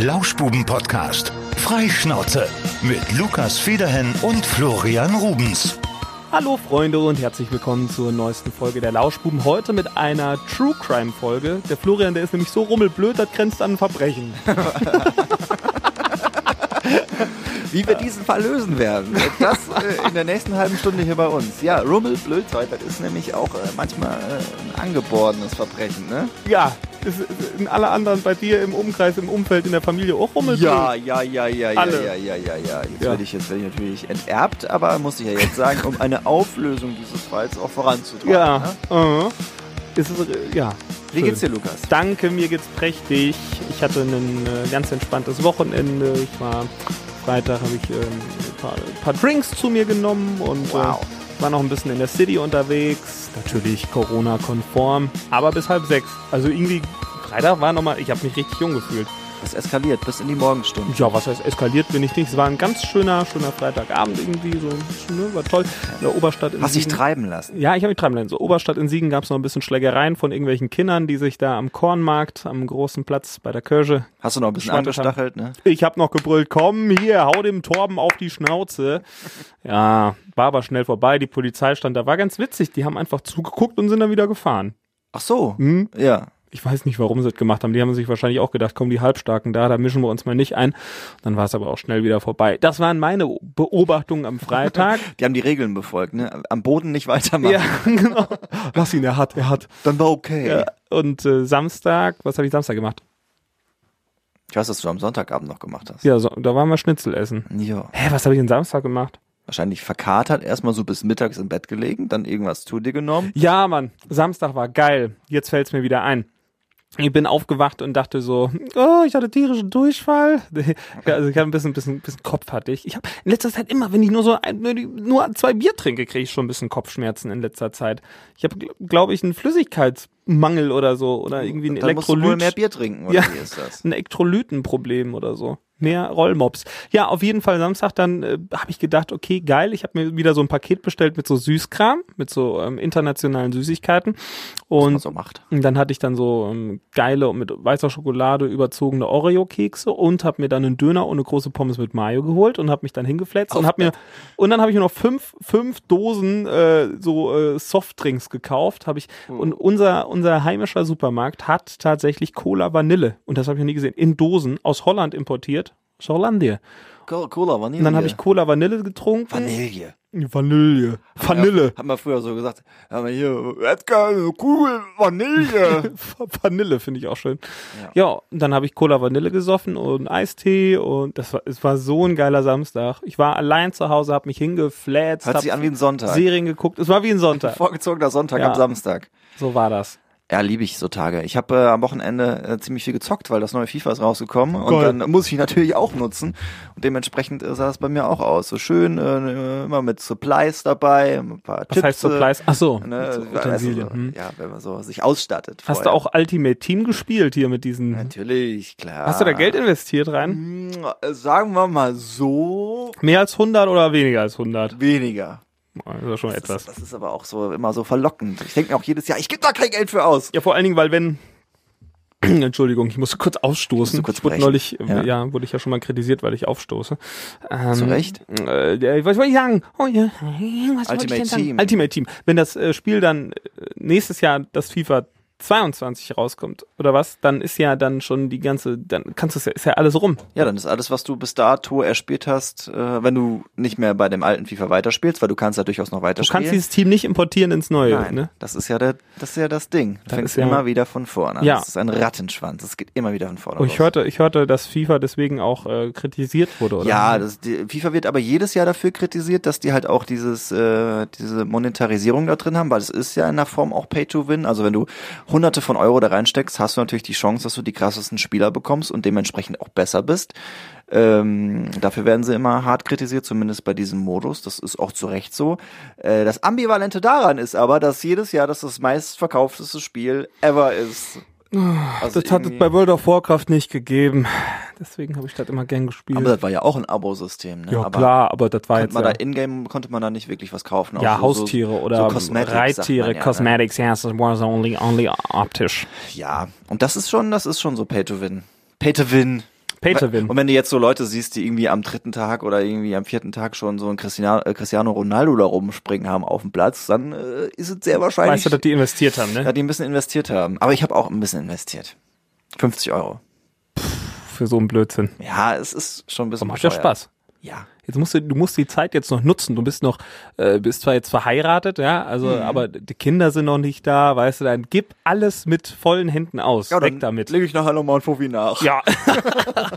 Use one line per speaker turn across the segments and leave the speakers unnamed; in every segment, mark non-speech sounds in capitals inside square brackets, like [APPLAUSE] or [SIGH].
Lauschbuben-Podcast. Freischnauze mit Lukas Federhen und Florian Rubens.
Hallo Freunde und herzlich willkommen zur neuesten Folge der Lauschbuben. Heute mit einer True Crime Folge. Der Florian, der ist nämlich so rummelblöd, das grenzt an ein Verbrechen.
wie wir diesen Fall lösen werden. Das äh, in der nächsten halben Stunde hier bei uns. Ja, Rummelblödheit, das ist nämlich auch äh, manchmal äh, ein angeborenes Verbrechen, ne?
Ja, ist ist in alle anderen bei dir im Umkreis, im Umfeld, in der Familie auch rummelblöd.
Ja, ja, ja, ja, ja,
Alle.
ja, ja, ja, ja. Jetzt
Ja.
werde ich, jetzt werde ich natürlich enterbt, aber muss ich ja jetzt sagen, um eine Auflösung dieses Falls auch voranzutreiben.
Ja.
Ne?
äh. Ist es, äh, ja.
Wie
Schön.
geht's dir, Lukas?
Danke, mir geht's prächtig. Ich hatte ein äh, ganz entspanntes Wochenende. Ich war Freitag habe ich ähm, ein paar, ein paar Drinks zu mir genommen und
Wow.
äh, war noch ein bisschen in der City unterwegs. Natürlich Corona-konform, aber bis halb sechs. Also irgendwie Freitag war nochmal, ich habe mich richtig jung gefühlt.
Es eskaliert bis in die Morgenstunden.
Ja, was heißt eskaliert bin ich nicht. Es war ein ganz schöner, schöner Freitagabend irgendwie. So, ne, war toll. In der Oberstadt in
Hast dich
Siegen-
treiben lassen.
ja, ich habe mich treiben lassen. So Oberstadt in Siegen gab es noch ein bisschen Schlägereien von irgendwelchen Kindern, die sich da am Kornmarkt, am großen Platz bei der Kirche.
Hast du noch ein bisschen
Spannend,
angestachelt, ne?
Ich habe noch gebrüllt, komm hier, hau dem Torben auf die Schnauze. Ja, war aber schnell vorbei. Die Polizei stand da, war ganz witzig. Die haben einfach zugeguckt und sind dann wieder gefahren.
Ach so.
Hm?
Ja.
Ich weiß nicht, warum sie das gemacht haben. Die haben sich wahrscheinlich auch gedacht, komm, die Halbstarken da, da mischen wir uns mal nicht ein. Dann war es aber auch schnell wieder vorbei. Das waren meine Beobachtungen am Freitag.
Die haben die Regeln befolgt, ne? Am Boden nicht
[LAUGHS]
weitermachen.
ja, genau. Lass ihn, er hat, er hat.
Dann war okay.
Ja, und äh, Samstag, was habe ich Samstag gemacht?
Ich weiß, dass du am Sonntagabend noch gemacht hast.
Ja, so, da waren wir Schnitzel essen.
Ja.
Hä, was habe ich denn Samstag gemacht?
Wahrscheinlich verkatert, erstmal so bis mittags im Bett gelegen, dann irgendwas zu dir genommen.
Ja, Mann, Samstag war geil. Jetzt fällt's mir wieder ein. Ich bin aufgewacht und dachte so, oh, ich hatte tierischen Durchfall. [LAUGHS] Ja, Also ich habe ein bisschen, bisschen, bisschen Kopf hatte ich. Ich habe in letzter Zeit immer, wenn ich nur so ein, nur zwei Bier trinke, kriege ich schon ein bisschen Kopfschmerzen in letzter Zeit. Ich habe, glaube ich, einen Flüssigkeitsmangel oder so oder irgendwie ein
dann musst du wohl
Elektrolyt.
mehr Bier trinken, oder
Ja.
wie ist das?
ein Elektrolytenproblem oder so. Mehr Rollmops. Ja, auf jeden Fall Samstag dann äh, habe ich gedacht, okay, geil, ich habe mir wieder so ein Paket bestellt mit so Süßkram, mit so ähm, internationalen Süßigkeiten
Was
und
so Also macht.
dann hatte ich dann so ähm, geile und mit weißer Schokolade überzogene Oreo Kekse und habe mir dann einen Döner und eine große Pommes mit Mayo geholt und habe mich dann hingefletzt und habe mir und dann habe ich mir noch fünf fünf Dosen äh, so äh, Softdrinks gekauft, habe ich
Hm.
und unser unser heimischer Supermarkt hat tatsächlich Cola Vanille und das habe ich noch nie gesehen in Dosen aus Holland importiert. Aus Hollandia.
Co- Cola, Vanille.
Und dann habe ich Cola Vanille getrunken.
Vanille.
Vanille.
Ja, hat man früher so gesagt. Haben wir hier, Edgar, eine Kugel,
[LAUGHS]
Vanille.
Vanille finde ich auch schön.
Ja.
Ja, und dann habe ich Cola Vanille gesoffen und Eistee und das war, es war so ein geiler Samstag. Ich war allein zu Hause, habe mich hingeflätzt,
Hört sich
habe
an wie ein Sonntag.
Serien geguckt. Es war wie ein Sonntag.
Vorgezogener Sonntag
Ja.
am Samstag.
So war das.
Ja, liebe ich so Tage. Ich habe äh, am Wochenende äh, ziemlich viel gezockt, weil das neue FIFA ist rausgekommen
Geil.
und dann muss ich natürlich auch nutzen und dementsprechend äh, sah das bei mir auch aus. So schön, äh, immer mit Supplies dabei, ein paar
Was
Chips. äh,
heißt Supplies? Ach so,
Ne,
so
also,
Utensilien.
also,
hm.
Ja, wenn man so sich ausstattet.
Hast du
vorher.
auch Ultimate Team gespielt hier mit diesen?
Natürlich, klar.
Hast du da Geld investiert rein?
Hm, äh, Sagen wir mal so
Mehr als 100 oder weniger als 100?
weniger.
Das ist ja schon
Das,
etwas.
das ist aber auch so immer so verlockend. Ich denke mir auch jedes Jahr, ich gebe da kein Geld für aus.
Ja, vor allen Dingen, weil wenn [CLEARS THROAT] Entschuldigung, ich musste kurz aufstoßen.
Musst du kurz
ich wurde
brechen.
neulich, ja.
Ja.
ja, wurde ich ja schon mal kritisiert, weil ich aufstoße. Ähm,
Zu Recht.
Äh, was wollte ich sagen? Oh, ja. was wollte ich
Ultimate
denn sagen?
Team.
Ultimate Team. Wenn das äh, Spiel dann äh, nächstes Jahr, das FIFA 22 rauskommt oder was, dann ist ja dann schon die ganze, dann kannst du es ja, ist ja alles rum.
Ja, dann ist alles, was du bis dato erspielt hast, äh, wenn du nicht mehr bei dem alten FIFA weiterspielst, weil du kannst ja durchaus noch
Du
weiterspielen.
kannst dieses Team nicht importieren ins Neue.
Nein,
Ne?
das ist ja der, das ist ja das Ding. Du
Das
fängst
ist ja-
immer wieder von vorne an.
Ja.
Das ist ein Rattenschwanz. Es geht immer wieder von vorne.
Oh, ich
los.
hörte, ich hörte, dass FIFA deswegen auch äh, kritisiert wurde, oder?
Ja, das, die, FIFA wird aber jedes Jahr dafür kritisiert, dass die halt auch dieses, äh, diese Monetarisierung da drin haben, weil es ist ja in einer Form auch Pay to Win. Also wenn du hunderte von Euro da reinsteckst, hast du natürlich die Chance, dass du die krassesten Spieler bekommst und dementsprechend auch besser bist. Ähm, dafür werden sie immer hart kritisiert, zumindest bei diesem Modus. Das ist auch zu Recht so. Äh, das Ambivalente daran ist aber, dass jedes Jahr das das meistverkaufteste Spiel ever ist. Also
Ah, Das hat es
irgendwie-
bei World of Warcraft nicht gegeben. Deswegen habe ich das immer gern gespielt.
aber das war ja auch ein Abo-System. Ne?
ja,
aber
klar, aber das war
Konnte
jetzt
man
ja,
da in-game konnte man da nicht wirklich was kaufen. auch
ja
so-
Haustiere
so,
oder
so Cosmetics, sagt
Reittiere,
man ja,
Cosmetics, yes, it was only, only optisch.
Ne? Ja, und das ist schon, das ist schon so Pay to Win. Pay to Win.
Pay to win.
Und wenn du jetzt so Leute siehst, die irgendwie am dritten Tag oder irgendwie am vierten Tag schon so ein Cristiano, äh, Cristiano Ronaldo da rumspringen haben auf dem Platz, dann äh, ist es sehr wahrscheinlich,
Weißt du, dass die investiert haben,
dass
ne?
die ein bisschen investiert haben. Aber ich habe auch ein bisschen investiert. 50 Euro.
Für so einen Blödsinn.
Ja, es ist schon ein bisschen
Oh, Macht ja
bescheuert.
Spaß.
Ja.
Jetzt musst du, du musst die Zeit jetzt noch nutzen. Du bist noch, äh, bist zwar jetzt verheiratet, ja, also,
Mhm.
aber die Kinder sind noch nicht da, weißt du, dann gib alles mit vollen Händen aus.
ja
Weg damit.
Lege ich nachher nochmal ein Fofi nach.
Ja, [LAUGHS] Ah.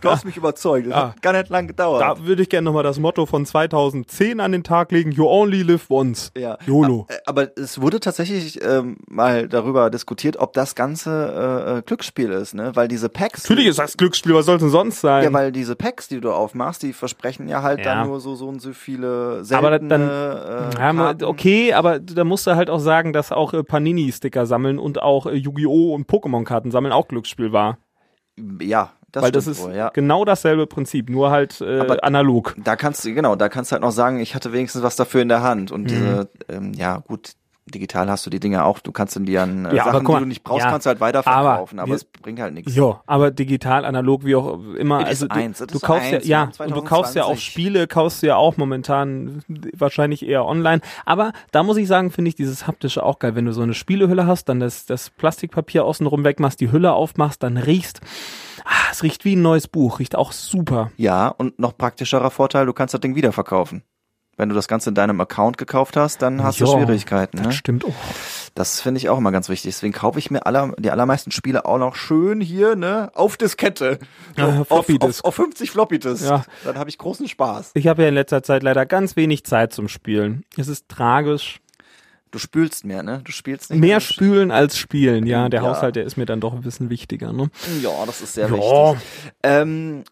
Du hast mich überzeugt. Das hat gar nicht lang gedauert.
da würde ich gerne nochmal das Motto von 2010 an den Tag legen. You only live once.
Ja. äh,
YOLO.
A- Aber es wurde tatsächlich ähm, mal darüber diskutiert, ob das ganze äh, äh, Glücksspiel ist, ne? Weil diese Packs.
Natürlich ist das Glücksspiel, was soll denn sonst sein?
Ja, weil diese Packs, die du aufmachst, die versprechen ja halt
Ja.
dann nur so so und so viele
Aber
seltene.
dann-
äh,
Ja, ma-
Karten.
okay, aber da musst du halt auch sagen, dass auch äh, Panini-Sticker sammeln und auch äh, Yu-Gi-Oh! und Pokémon-Karten sammeln auch Glücksspiel war.
Ja, das
Weil das
stimmt
ist
wohl, ja.
genau dasselbe Prinzip, nur halt äh,
Aber-
analog.
Da kannst du, genau, da kannst du halt noch sagen, ich hatte wenigstens was dafür in der Hand. Und diese,
Mhm.
ähm, ja, gut, digital hast du die Dinge auch, du kannst dann die an äh,
Ja, aber
Sachen,
guck
die
mal,
du nicht brauchst,
ja,
kannst du halt weiterverkaufen,
aber
aber,
wir-
es bringt halt nichts.
Ja, aber digital, analog, wie auch immer.
It is
also du,
eins, it
du
is
kaufst
eins, ne? wir
ja,
haben
ja, und du kaufst ja auch
2020.
Spiele, kaufst du ja auch momentan wahrscheinlich eher online. Aber da muss ich sagen, finde ich dieses haptische auch geil, wenn du so eine Spielehülle hast, dann das, das Plastikpapier außenrum wegmachst, die Hülle aufmachst, dann riechst. Ah, es riecht wie ein neues Buch, riecht auch super.
Ja, und noch praktischerer Vorteil, du kannst das Ding wiederverkaufen. Wenn du das Ganze in deinem Account gekauft hast, dann hast du
Ja,
Schwierigkeiten.
Das
Ne?
stimmt Oh, auch.
Das finde ich auch immer ganz wichtig. Deswegen kaufe ich mir aller, die allermeisten Spiele auch noch schön hier, ne, auf Diskette.
Ja,
auf,
Floppy
auf,
Disk.
auf 50 Floppy Disk.
Ja.
Dann habe ich großen Spaß.
Ich habe ja in letzter Zeit leider ganz wenig Zeit zum Spielen. Es ist tragisch.
Du spülst mehr, ne? Du spielst nicht
Mehr
Du
spülen als spielen, ja. Der
Ja.
Haushalt, der ist mir dann doch ein bisschen wichtiger, ne?
Ja, das ist sehr
Ja. Mhm.
wichtig. Ähm,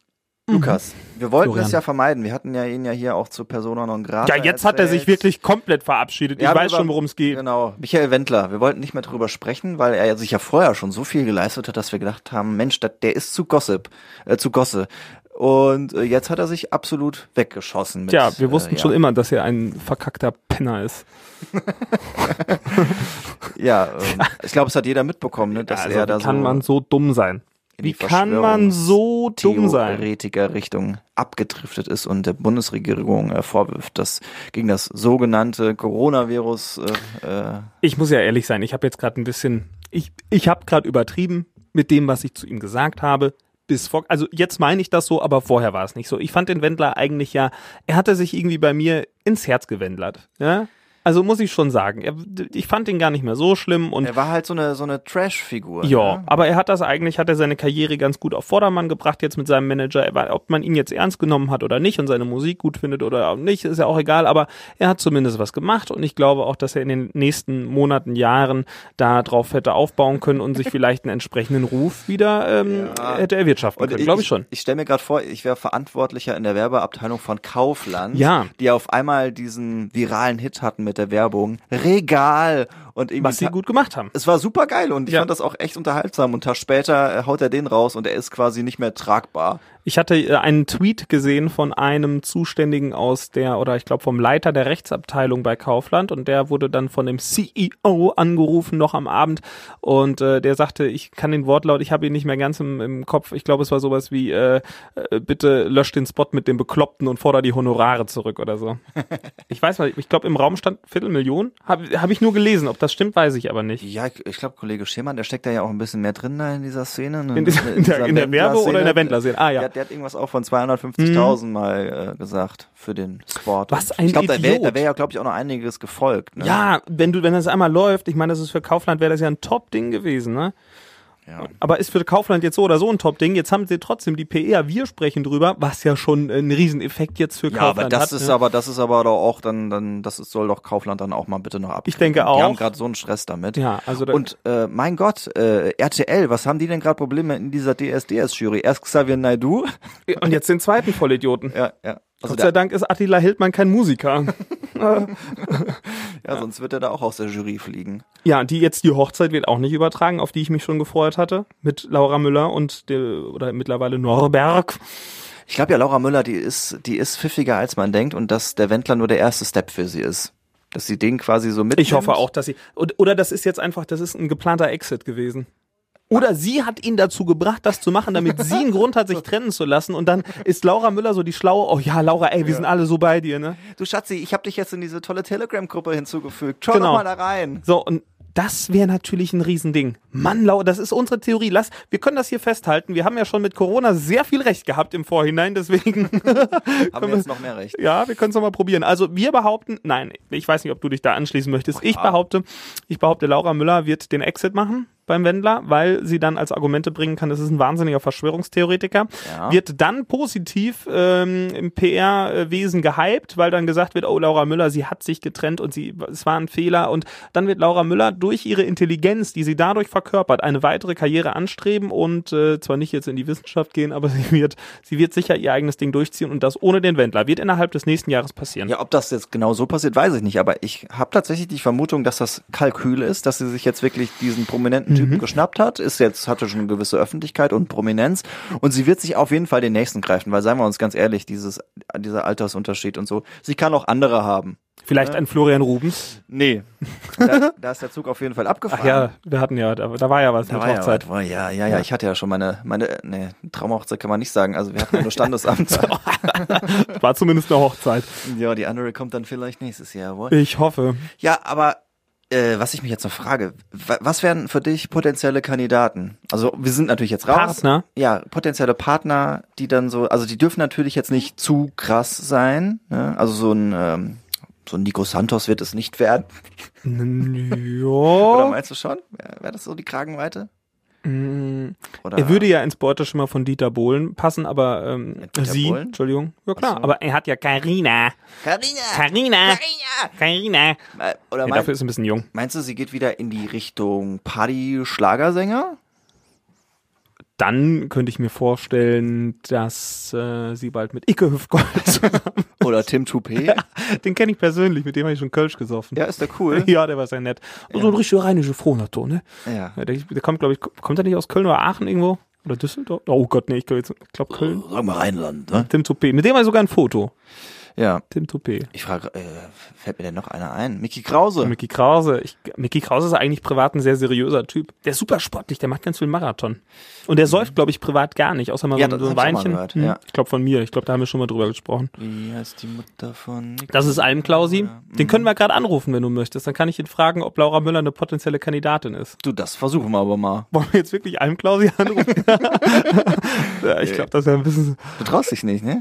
Lukas, wir wollten
Florian.
das ja vermeiden. Wir hatten ja ihn ja hier auch zu Persona non grata.
Ja, jetzt hat er sich
erzählt.
wirklich komplett verabschiedet.
Wir
ich
haben
weiß
über-
schon, worum es geht.
Genau, Michael Wendler. Wir wollten nicht mehr drüber sprechen, weil er ja sich ja vorher schon so viel geleistet hat, dass wir gedacht haben, Mensch, dat, der ist zu Gossip, äh, zu Gosse. Und äh, jetzt hat er sich absolut weggeschossen. Mit,
Tja, wir wussten
äh, ja.
schon immer, dass er ein verkackter Penner ist. [LAUGHS]
Ja, ähm, ich glaube, es hat jeder mitbekommen, ne, dass
also,
er da
wie kann
so
man so dumm sein?
in die
Wie kann man so dumm sein?
Theoretiker-Richtung abgedriftet ist und der Bundesregierung äh, vorwirft, dass gegen das sogenannte Coronavirus äh, äh,
Ich muss ja ehrlich sein, ich habe jetzt gerade ein bisschen, ich, ich habe gerade übertrieben mit dem, was ich zu ihm gesagt habe. Bis vor, also jetzt meine ich das so, aber vorher war es nicht so. Ich fand den Wendler eigentlich ja, er hatte sich irgendwie bei mir ins Herz gewendlert. Ja? Also muss ich schon sagen, er, ich fand ihn gar nicht mehr so schlimm und
Er war halt so eine, so eine Trash-Figur.
Ja,
Ne?
aber er hat das eigentlich, hat er seine Karriere ganz gut auf Vordermann gebracht jetzt mit seinem Manager. Er war- Ob man ihn jetzt ernst genommen hat oder nicht und seine Musik gut findet oder auch nicht, ist ja auch egal, aber er hat zumindest was gemacht und ich glaube auch, dass er in den nächsten Monaten, Jahren da drauf hätte aufbauen können und sich vielleicht einen entsprechenden Ruf wieder ähm, hätte erwirtschaften
Und
können, glaube ich schon.
Ich stelle mir gerade vor, ich wäre Verantwortlicher in der Werbeabteilung von Kaufland,
Ja.
die auf einmal diesen viralen Hit hatten mit der Werbung. Regal! Und irgendwie
Was sie
ta-
gut gemacht haben.
es war super geil und ich
Ja.
fand das auch echt unterhaltsam. Und einen Tag später äh, haut er den raus und er ist quasi nicht mehr tragbar.
Ich hatte äh, einen Tweet gesehen von einem Zuständigen aus der, oder ich glaube vom Leiter der Rechtsabteilung bei Kaufland und der wurde dann von dem CEO angerufen noch am Abend und äh, der sagte, ich kann den Wortlaut, ich habe ihn nicht mehr ganz im, im Kopf, ich glaube es war sowas wie, äh, äh, bitte lösch den Spot mit dem Bekloppten und fordere die Honorare zurück oder so. Ich weiß mal, ich glaube im Raum stand Viertelmillion, habe hab ich nur gelesen, ob das stimmt, weiß ich aber nicht.
Ja, ich, ich glaube, Kollege Schemann, der steckt da ja auch ein bisschen mehr drin da in dieser Szene. ne?
In dieser- [LAUGHS] in der-
dieser
in der Werbe- oder in der
Wendler-Szene.
Wendler-Szene? Ah, ja. Mhm.
Der, hat- der hat irgendwas auch von 250.000 mal äh, gesagt für den Sport.
Was
Und
ein
Ich glaube, da wäre
Idiot.
da wär ja, glaube ich, auch noch einiges gefolgt. Ne?
Ja, wenn du, wenn das einmal läuft, ich meine, das ist für Kaufland wäre das ja ein Top-Ding gewesen, ne?
Ja.
Aber ist für Kaufland jetzt so oder so ein Top-Ding? Jetzt haben sie trotzdem die PR, wir sprechen drüber, was ja schon ein Rieseneffekt jetzt für
Ja,
Kaufland
aber das
hat.
ist
ne?
aber das ist aber doch auch dann dann das ist, soll doch Kaufland dann auch mal bitte noch ab.
Ich denke
Die
auch.
haben gerade so einen Stress damit.
Ja, also da-
und äh, mein Gott, äh, RTL, was haben die denn gerade Probleme in dieser DSDS Jury? Erst Xavier Naidu.
Und jetzt den zweiten Vollidioten.
[LAUGHS] Ja, ja. Also
Gott sei
der,
Dank ist Attila Hildmann kein
[LAUGHS]
Musiker.
ja, sonst wird er da auch aus der Jury fliegen.
ja, die jetzt die Hochzeit wird auch nicht übertragen, auf die ich mich schon gefreut hatte, mit Laura Müller und der, oder mittlerweile Norberg.
Ich glaube ja, Laura Müller, die ist die ist pfiffiger als man denkt und dass der Wendler nur der erste Step für sie ist, dass sie den quasi so mitnimmt.
Ich hoffe auch, dass sie. und- Oder das ist jetzt einfach, das ist ein geplanter Exit gewesen. Oder sie hat ihn dazu gebracht, das zu machen, damit sie einen Grund hat, sich trennen zu lassen. Und dann ist Laura Müller so die schlaue, oh ja, Laura, ey, wir sind alle so bei dir, ne?
Du Schatzi, ich habe dich jetzt in diese tolle Telegram-Gruppe hinzugefügt. Schau
Genau.
doch mal da
[LAUGHS]
rein.
So, und das wäre natürlich ein Riesending. Mann, Laura, das ist unsere Theorie. Lass, wir können das hier festhalten. Wir haben ja schon mit Corona sehr viel Recht gehabt im Vorhinein, deswegen.
Haben wir jetzt noch mehr recht.
Ja, wir können es nochmal probieren. Also wir behaupten, nein, ich weiß nicht, ob du dich da anschließen möchtest. Ich behaupte, ich behaupte, Laura Müller wird den Exit machen beim Wendler, weil sie dann als Argumente bringen kann, das ist ein wahnsinniger Verschwörungstheoretiker.
Ja.
Wird dann positiv ähm, im PR-Wesen gehypt, weil dann gesagt wird, oh, Laura Müller, sie hat sich getrennt und sie, es war ein Fehler. Und dann wird Laura Müller durch ihre Intelligenz, die sie dadurch verkörpert, eine weitere Karriere anstreben und äh, zwar nicht jetzt in die Wissenschaft gehen, aber sie wird, sie wird sicher ihr eigenes Ding durchziehen und das ohne den Wendler. Wird innerhalb des nächsten Jahres passieren.
Ja, ob das jetzt genau so passiert, weiß ich nicht, aber ich habe tatsächlich die Vermutung, dass das Kalkül ist, dass sie sich jetzt wirklich diesen prominenten
Mhm.
Typen geschnappt hat, ist jetzt hatte schon eine gewisse Öffentlichkeit und Prominenz und sie wird sich auf jeden Fall den nächsten greifen, weil seien wir uns ganz ehrlich, dieses dieser Altersunterschied und so, sie kann auch andere haben.
Vielleicht ein Florian Rubens.
Nee, [LAUGHS] da, da ist der Zug auf jeden Fall abgefahren.
Ach ja, wir hatten ja, da, da war ja was
Da
mit
war ja,
Hochzeit.
was. Boah, ja, ja, ja, ich hatte ja schon meine, meine, nee, Traumhochzeit kann man nicht sagen, also wir hatten
[LAUGHS]
ja nur Standesamt.
War zumindest eine Hochzeit.
ja, die andere kommt dann vielleicht nächstes Jahr, wohl.
Ich hoffe.
Ja, aber äh, was ich mich jetzt noch frage, wa- was wären für dich potenzielle Kandidaten? Also wir sind natürlich jetzt raus.
Partner?
Ja, potenzielle Partner, die dann so, also die dürfen natürlich jetzt nicht zu krass sein. Ne? Also so ein, ähm, so ein Nico Santos wird es nicht werden. Oder
Ja.
meinst du schon? Wäre wär das so die Kragenweite?
Mm.
Oder
Er würde ja ins Beuteschema von Dieter Bohlen passen, aber ähm,
Dieter
sie,
Bohlen?
Entschuldigung, ja klar,
Ach so.
aber er hat ja Karina,
Karina!
Karina,
Karina!
Karina.
Äh, Oder
Nee,
mein,
dafür ist er ein bisschen jung.
meinst du, sie geht wieder in die Richtung Party-Schlagersänger?
Dann könnte ich mir vorstellen, dass äh, sie bald mit Icke Hüfgold zusammen.
Oder Tim Toupet?
[LAUGHS] Den kenne ich persönlich, mit dem habe ich schon Kölsch gesoffen.
ja, ist der cool.
Ja, der war sehr nett. Und so ein richtiger rheinischer Frohnatur, ne?
Ja.
Ja, Der, der kommt, glaube ich, kommt er nicht aus Köln oder Aachen irgendwo? Oder Düsseldorf? Oh Gott, nee, ich glaube glaub Köln.
Sag mal Rheinland, ne?
Tim Toupet. Mit dem habe ich sogar ein Foto.
Ja.
Tim Toupet.
Ich frage, äh, fällt mir denn noch einer ein? Mickey Krause.
Mickey Krause. Ich, Mickey Krause ist eigentlich privat ein sehr seriöser Typ. Der ist super sportlich, der macht ganz viel Marathon. Und der säuft, glaube ich, privat gar nicht, außer mal
Mhm. Ja,
so, ein-
das
so ein
hab ich auch mal
Weinchen.
gehört,
Hm,
ja.
Ich glaube von mir. Ich glaube, da haben wir schon mal drüber gesprochen.
Wie heißt die Mutter von Nick?
Das ist Almklausi. Den
Mhm.
können wir gerade anrufen, wenn du möchtest. Dann kann ich ihn fragen, ob Laura Müller eine potenzielle Kandidatin ist.
Du, das versuchen wir aber mal.
Wollen wir jetzt wirklich Almklausi
[LAUGHS]
anrufen? ja, ich glaube, das wäre ein bisschen.
Du traust dich nicht, ne?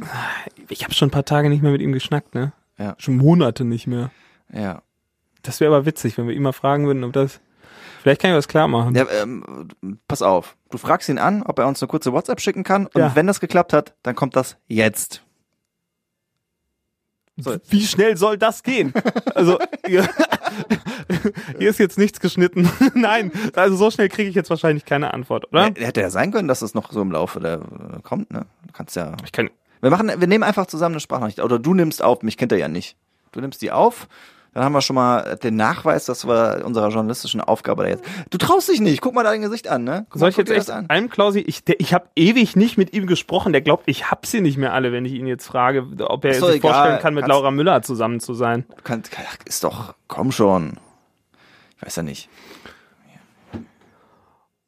Ich habe schon ein paar Tage nicht mehr mit ihm geschnackt, ne?
Ja.
Schon Monate nicht mehr.
Ja.
Das wäre aber witzig, wenn wir ihn mal fragen würden, ob das. Vielleicht kann ich das klar machen.
ja ähm, pass auf. Du fragst ihn an, ob er uns eine kurze WhatsApp schicken kann. Und
Ja.
wenn das geklappt hat, dann kommt das jetzt. So.
Wie schnell soll das gehen? Also, [LAUGHS] hier, hier ist jetzt nichts geschnitten. [LAUGHS] Nein, also so schnell kriege ich jetzt wahrscheinlich keine Antwort, oder?
Hätte ja sein können, dass es noch so im Laufe der äh, kommt, ne? Du kannst ja.
Ich kann,
Wir machen, wir nehmen einfach zusammen eine Sprachnachricht. Oder du nimmst auf, mich kennt er ja nicht. Du nimmst die auf. Dann haben wir schon mal den Nachweis, dass wir unserer journalistischen Aufgabe da jetzt. Du traust dich nicht. Guck mal dein Gesicht an, ne? Guck mal,
soll ich
guck
jetzt
dir das
echt einem Klausi, ich, der, ich habe ewig nicht mit ihm gesprochen. Der glaubt, ich hab sie nicht mehr alle, wenn ich ihn jetzt frage, ob er
Ist doch
sich
egal.
vorstellen kann, mit
Kannst-
Laura Müller zusammen zu sein.
Du kannst, ach, ist doch, komm schon. Ich weiß ja nicht.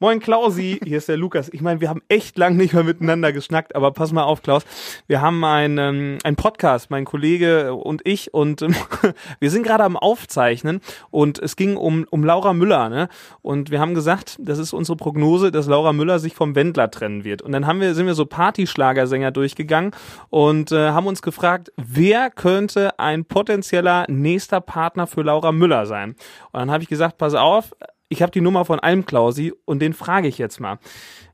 Moin Klausi, hier ist der Lukas. Ich meine, wir haben echt lang nicht mehr miteinander geschnackt, aber pass mal auf, Klaus. Wir haben einen, ähm, einen Podcast, mein Kollege und ich, und ähm, [LAUGHS] wir sind gerade am Aufzeichnen und es ging um, um Laura Müller, ne? Und wir haben gesagt, das ist unsere Prognose, dass Laura Müller sich vom Wendler trennen wird. Und dann haben wir, sind wir so Partyschlagersänger durchgegangen und äh, haben uns gefragt, wer könnte ein potenzieller nächster Partner für Laura Müller sein? Und dann habe ich gesagt, pass auf, ich habe die Nummer von einem Klausi und den frage ich jetzt mal.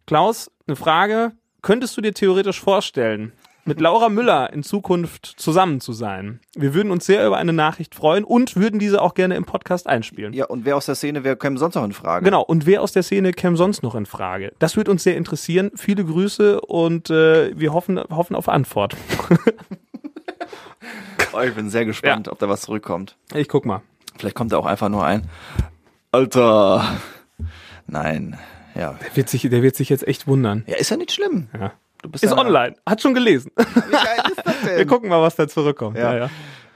Klaus, eine Frage. Könntest du dir theoretisch vorstellen, [LAUGHS] mit Laura Müller in Zukunft zusammen zu sein? Wir würden uns sehr über eine Nachricht freuen und würden diese auch gerne im Podcast einspielen.
Ja, und wer aus der Szene, wer käme sonst noch in Frage?
Genau, und wer aus der Szene käme sonst noch in Frage? Das würde uns sehr interessieren. Viele Grüße und äh, wir hoffen, hoffen auf Antwort. [LAUGHS] Genau.
Oh, [LAUGHS] ich bin sehr gespannt, ob da was zurückkommt.
Ich guck mal.
Vielleicht kommt da auch einfach nur ein. Alter. Nein. Ja.
Wird sich, der wird sich jetzt echt wundern.
Ja, ist ja nicht schlimm.
Ja.
Du bist
Ist
ja-
online, hat schon gelesen. [LAUGHS]
Wie geil ist das
Wir
denn?
gucken mal, was da zurückkommt.
Ja.
Ähm, Ja, ja.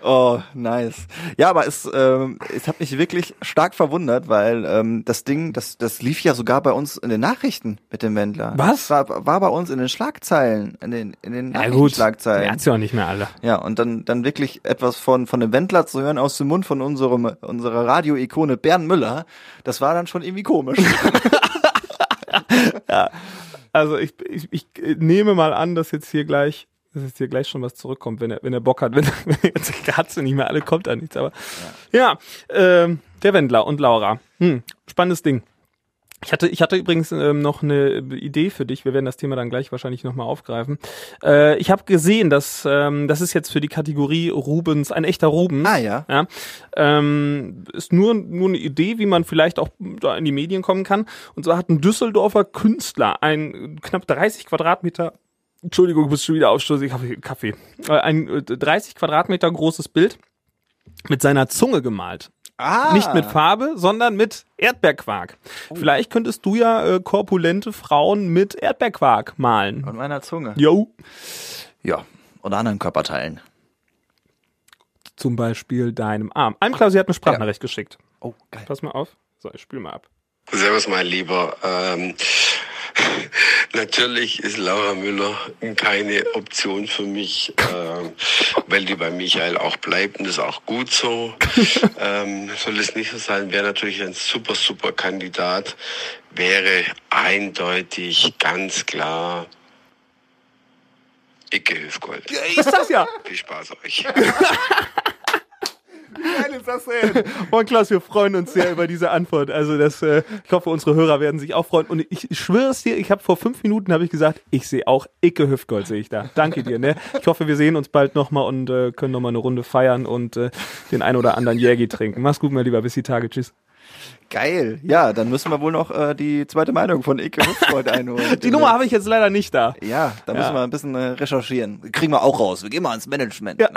Oh, nice. Ja, aber es, ähm, es hat mich wirklich stark verwundert, weil ähm, das Ding, das, das lief ja sogar bei uns in den Nachrichten mit dem Wendler.
Was?
War, war bei uns in den Schlagzeilen, in den, in den
Ja gut,
Nachrichtenschlagzeilen.
hat's ja auch nicht mehr alle.
Ja, und dann, dann wirklich etwas von, von dem Wendler zu hören aus dem Mund von unserem, unserer Radio-Ikone Bernd Müller, das war dann schon
[LAUGHS]
irgendwie komisch.
Also ich, ich, ich nehme mal an, dass jetzt hier gleich, dass jetzt hier gleich schon was zurückkommt, wenn er, wenn er Bock hat, [LAUGHS] wenn, wenn er jetzt der hat's ja nicht mehr alle, kommt da nichts, aber ja, ähm, der Wendler und Laura. Hm, spannendes Ding. Ich hatte, ich hatte übrigens ähm, noch eine Idee für dich. Wir werden das Thema dann gleich wahrscheinlich nochmal aufgreifen. Äh, ich habe gesehen, dass ähm, das ist jetzt für die Kategorie Rubens ein echter Rubens.
Ah, ja.
Ja, ähm, ist nur, nur eine Idee, wie man vielleicht auch da in die Medien kommen kann. Und zwar hat ein Düsseldorfer Künstler ein äh, knapp 30 Quadratmeter Entschuldigung, du bist schon wieder aufstoßig. Ich habe Kaffee. Äh, Ein äh, 30 Quadratmeter großes Bild mit seiner Zunge gemalt.
Ah,
Nicht mit Farbe, sondern mit Erdbeerquark. Vielleicht könntest du ja äh, korpulente Frauen mit Erdbeerquark malen.
Von meiner Zunge.
Jo.
Ja, oder anderen Körperteilen.
Zum Beispiel deinem Arm. Einem Klausi hat eine Sprachnachricht geschickt.
Oh, geil.
Pass mal auf. So, ich spiele mal ab.
Servus, mein Lieber. Ähm, [LAUGHS] natürlich ist Laura Müller keine Option für mich, ähm, weil die bei Michael auch bleibt und das ist auch gut so. ähm, soll es nicht so sein, wäre natürlich ein super, super Kandidat, wäre eindeutig ganz klar Icke Hüfgold.
Ich sag's ja.
Viel Spaß euch.
Und Klaus, wir freuen uns sehr über diese Antwort. Also das, äh, ich hoffe, unsere Hörer werden sich auch freuen. Und ich schwöre es dir, ich habe vor fünf Minuten habe ich gesagt, ich sehe auch Icke Hüftgold sehe ich da. Danke dir. Ne? Ich hoffe, wir sehen uns bald nochmal und äh, können nochmal eine Runde feiern und äh, den ein oder anderen Jägi trinken. Mach's gut, mein Lieber. Bis die Tage. Tschüss.
Geil. Ja, dann müssen wir wohl noch äh, die zweite Meinung von
[LAUGHS]
Ike Hüpfgold einholen.
Die Nummer habe ich jetzt leider nicht da.
Ja, da müssen wir ein bisschen äh, recherchieren. Kriegen wir auch raus. Wir gehen mal ans Management.
Ja.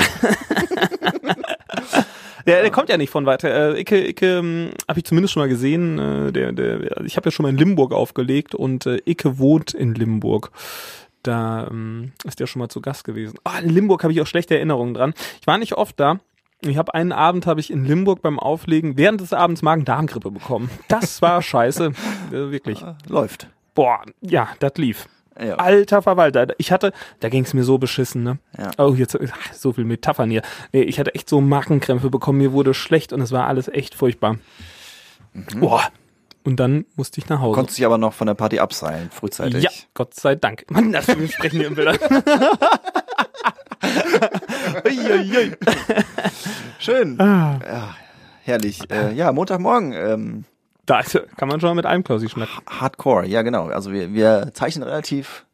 Der, der kommt ja nicht von weiter. Äh, Icke, Icke ähm, habe ich zumindest schon mal gesehen. Äh, der, der, ich habe ja schon mal in Limburg aufgelegt und äh, Icke wohnt in Limburg. Da ähm, ist der schon mal zu Gast gewesen. Ah, in Limburg habe ich auch schlechte Erinnerungen dran. Ich war nicht oft da. Ich habe einen Abend habe ich in Limburg beim Auflegen während des Abends Magen-Darm-Grippe bekommen. Das war scheiße, äh, wirklich.
Läuft.
Boah, ja, das lief.
Ja.
Alter Verwalter, ich hatte, da ging's mir so beschissen, ne?
Ja.
Oh, jetzt ach, so viel Metaphern hier. Nee, ich hatte echt so Markenkrämpfe bekommen, mir wurde schlecht und es war alles echt furchtbar.
Mhm.
Boah. Und dann musste ich nach Hause.
Konntest dich aber noch von der Party abseilen, frühzeitig.
ja, Gott sei Dank. [LAUGHS] Mann, das wir sprechen hier im Bilder. Uiuiui.
[LAUGHS] Schön. Ja, herrlich. Äh, ja, Montagmorgen. Ähm,
[LAUGHS] da ist- kann man schon mal mit einem Klausi schnacken.
Hardcore, ja genau. Also wir, wir zeichnen relativ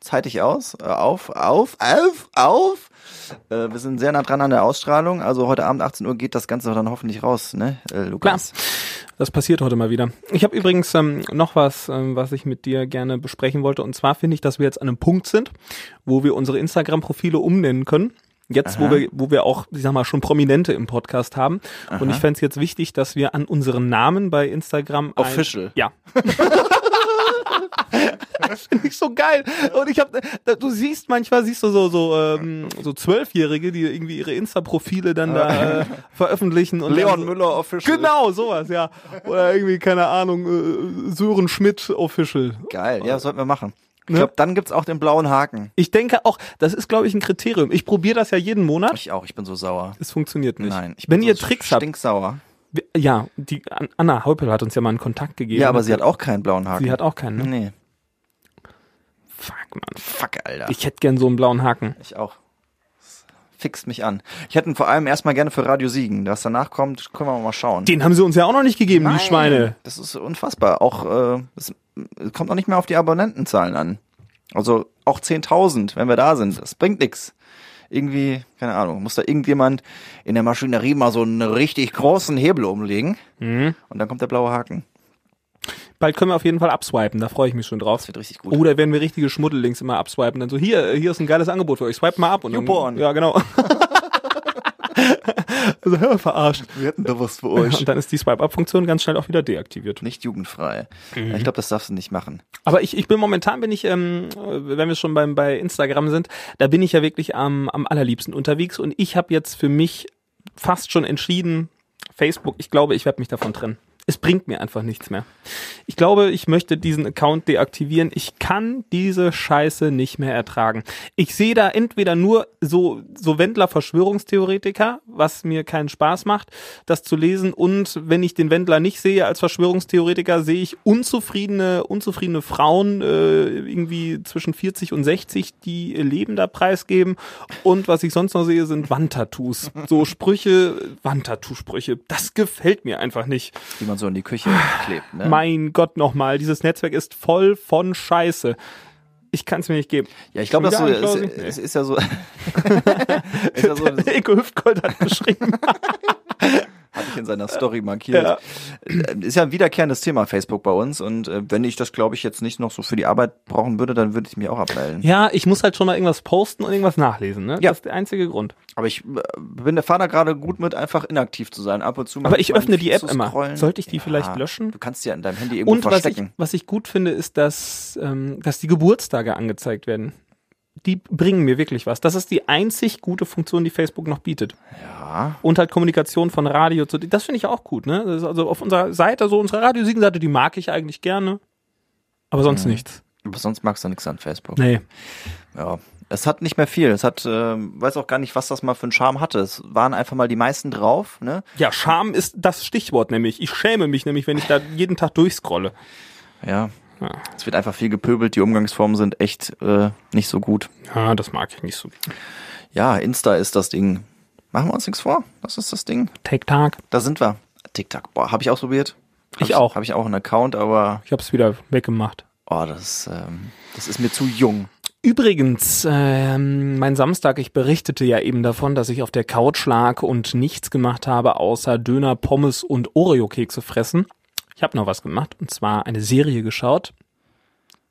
zeitig aus, äh, auf, auf, auf, auf. Äh, wir sind sehr nah dran an der Ausstrahlung. Also heute Abend 18 Uhr geht das Ganze dann hoffentlich raus, ne, äh,
Klar,
Lukas?
das passiert heute mal wieder. Ich habe übrigens ähm, noch was, ähm, was ich mit dir gerne besprechen wollte. Und zwar finde ich, dass wir jetzt an einem Punkt sind, wo wir unsere Instagram-Profile umnennen können. Jetzt, wo wir, wo wir auch, ich sag mal, schon Prominente im Podcast haben. Und ich fänd's jetzt wichtig, dass wir an unseren Namen bei Instagram. ein-
Official.
Ja. Das finde ich so geil. Und ich habe, du siehst manchmal, siehst du so so ähm, so Zwölfjährige, die irgendwie ihre Insta-Profile dann da äh, veröffentlichen. Und dann so,
Müller Official. Genau.
Genau, sowas, ja. Oder irgendwie, keine Ahnung, äh, Sören Schmidt Official.
Geil, ja, sollten wir machen. Ich
Ne?
glaube, dann gibt's auch den blauen Haken.
Ich denke auch, das ist, glaube ich, ein Kriterium. Ich probiere das ja jeden Monat.
Ich auch, ich bin so sauer.
Es funktioniert nicht.
Nein, ich
Wenn
bin
ihr
so
Tricks habt.
stinksauer.
wir- Ja, die An- Anna Heupel hat uns ja mal einen Kontakt gegeben.
Ja, aber sie hat auch keinen blauen Haken.
Sie hat auch keinen, ne?
Nee.
Fuck, Mann.
Fuck, Alter.
Ich hätte gern so einen blauen Haken.
Ich auch. Das Fixt mich an. Ich hätte ihn vor allem erstmal gerne für Radio Siegen. Was danach kommt, können wir mal schauen.
Den haben sie uns ja auch noch nicht gegeben, die Schweine.
Das ist unfassbar. Auch äh, es kommt auch nicht mehr auf die Abonnentenzahlen an. Also auch 10.000, wenn wir da sind. Das bringt nix. Irgendwie, keine Ahnung, muss da irgendjemand in der Maschinerie mal so einen richtig großen Hebel umlegen.
Mhm.
Und dann kommt der blaue Haken.
Bald können wir auf jeden Fall abswipen, da freue ich mich schon drauf. Das
wird richtig gut.
Oder werden wir richtige Schmuddellinks immer abswipen, dann so, hier, hier ist ein geiles Angebot für euch, swipe mal ab. und
YouPorn.
dann, Ja, genau. [LAUGHS] also, hör mal, verarscht.
Wir hätten da was für
Und dann ist die Swipe-Up-Funktion ganz schnell auch wieder deaktiviert.
[LAUGHS] Nicht jugendfrei.
Mhm.
Ich glaube, das darfst du nicht machen.
Aber ich, ich bin momentan, bin ich, ähm, äh, wenn wir schon beim, bei Instagram sind, da bin ich ja wirklich am, am allerliebsten unterwegs und ich habe jetzt für mich fast schon entschieden, Facebook, ich glaube, ich werde mich davon trennen. Es bringt mir einfach nichts mehr. Ich glaube, ich möchte diesen Account deaktivieren. Ich kann diese Scheiße nicht mehr ertragen. Ich sehe da entweder nur so, so Wendler-Verschwörungstheoretiker, was mir keinen Spaß macht, das zu lesen. Und wenn ich den Wendler nicht sehe als Verschwörungstheoretiker, sehe ich unzufriedene, unzufriedene Frauen, äh, irgendwie zwischen 40 und 60, die ihr Leben da preisgeben. Und was ich sonst noch sehe, sind Wandtattoos. So Sprüche, Wandtattoo-Sprüche. Das gefällt mir einfach nicht.
die man so in
[SIGHS]
die Küche klebt. Ne?
Mein Gott nochmal, dieses Netzwerk ist voll von Scheiße. Ich kann es mir nicht geben.
Ja, ich glaube, das so,
Ja, ich
ist,
glaub,
ist,
nee.
ist, ja so. [LAUGHS] ist ja so
[LAUGHS]
hatte
Eko Hüftgold
[LAUGHS]
hat geschrieben.
ich in seiner Story markiert. Äh,
Ja.
Ist ja ein wiederkehrendes Thema Facebook bei uns und äh, wenn ich das, glaube ich, jetzt nicht noch so für die Arbeit brauchen würde, dann würde ich mich auch abmelden.
ja, ich muss halt schon mal irgendwas posten und irgendwas nachlesen. Ne?
Ja.
Das ist der einzige Grund.
Aber ich äh, bin der Fahrer gerade gut mit, einfach inaktiv zu sein. Ab und zu. mal
Aber ich
meinen
öffne die
Feed
App
zu
immer.
scrollen.
Sollte ich die vielleicht löschen?
Du kannst sie ja in deinem Handy irgendwo
Und was ich,
verstecken.
was ich gut finde, ist, dass, ähm, dass die Geburtstage angezeigt werden. Die bringen mir wirklich was. Das ist die einzig gute Funktion, die Facebook noch bietet.
ja.
und halt Kommunikation von Radio zu. Das finde ich auch gut, ne? Das ist also auf unserer Seite, so unsere Radiosiegenseite, die mag ich eigentlich gerne. Aber sonst
Mhm.
nichts.
Aber sonst magst du nichts an Facebook.
Nee.
Ja. Es hat nicht mehr viel. Es hat, ähm, weiß auch gar nicht, was das mal für einen Charme hatte. Es waren einfach mal die meisten drauf, ne?
Ja, Scham ist das Stichwort nämlich. Ich schäme mich nämlich, wenn ich da jeden Tag durchscrolle.
Ja.
Ja.
Es wird einfach viel gepöbelt, die Umgangsformen sind echt äh, nicht so gut.
Ja, das mag ich nicht so.
Ja, Insta ist das Ding. Machen wir uns nichts vor. Das ist das Ding.
TikTok.
Da sind wir. TikTok. Boah, habe ich ausprobiert. Hab
Ich auch.
Habe ich auch einen Account, aber
Ich hab's wieder weggemacht.
oh, das, ähm, das ist mir zu jung.
Übrigens, ähm, mein Samstag, ich berichtete ja eben davon, dass ich auf der Couch lag und nichts gemacht habe, außer Döner, Pommes und Oreo-Kekse fressen. Ich habe noch was gemacht, und zwar eine Serie geschaut.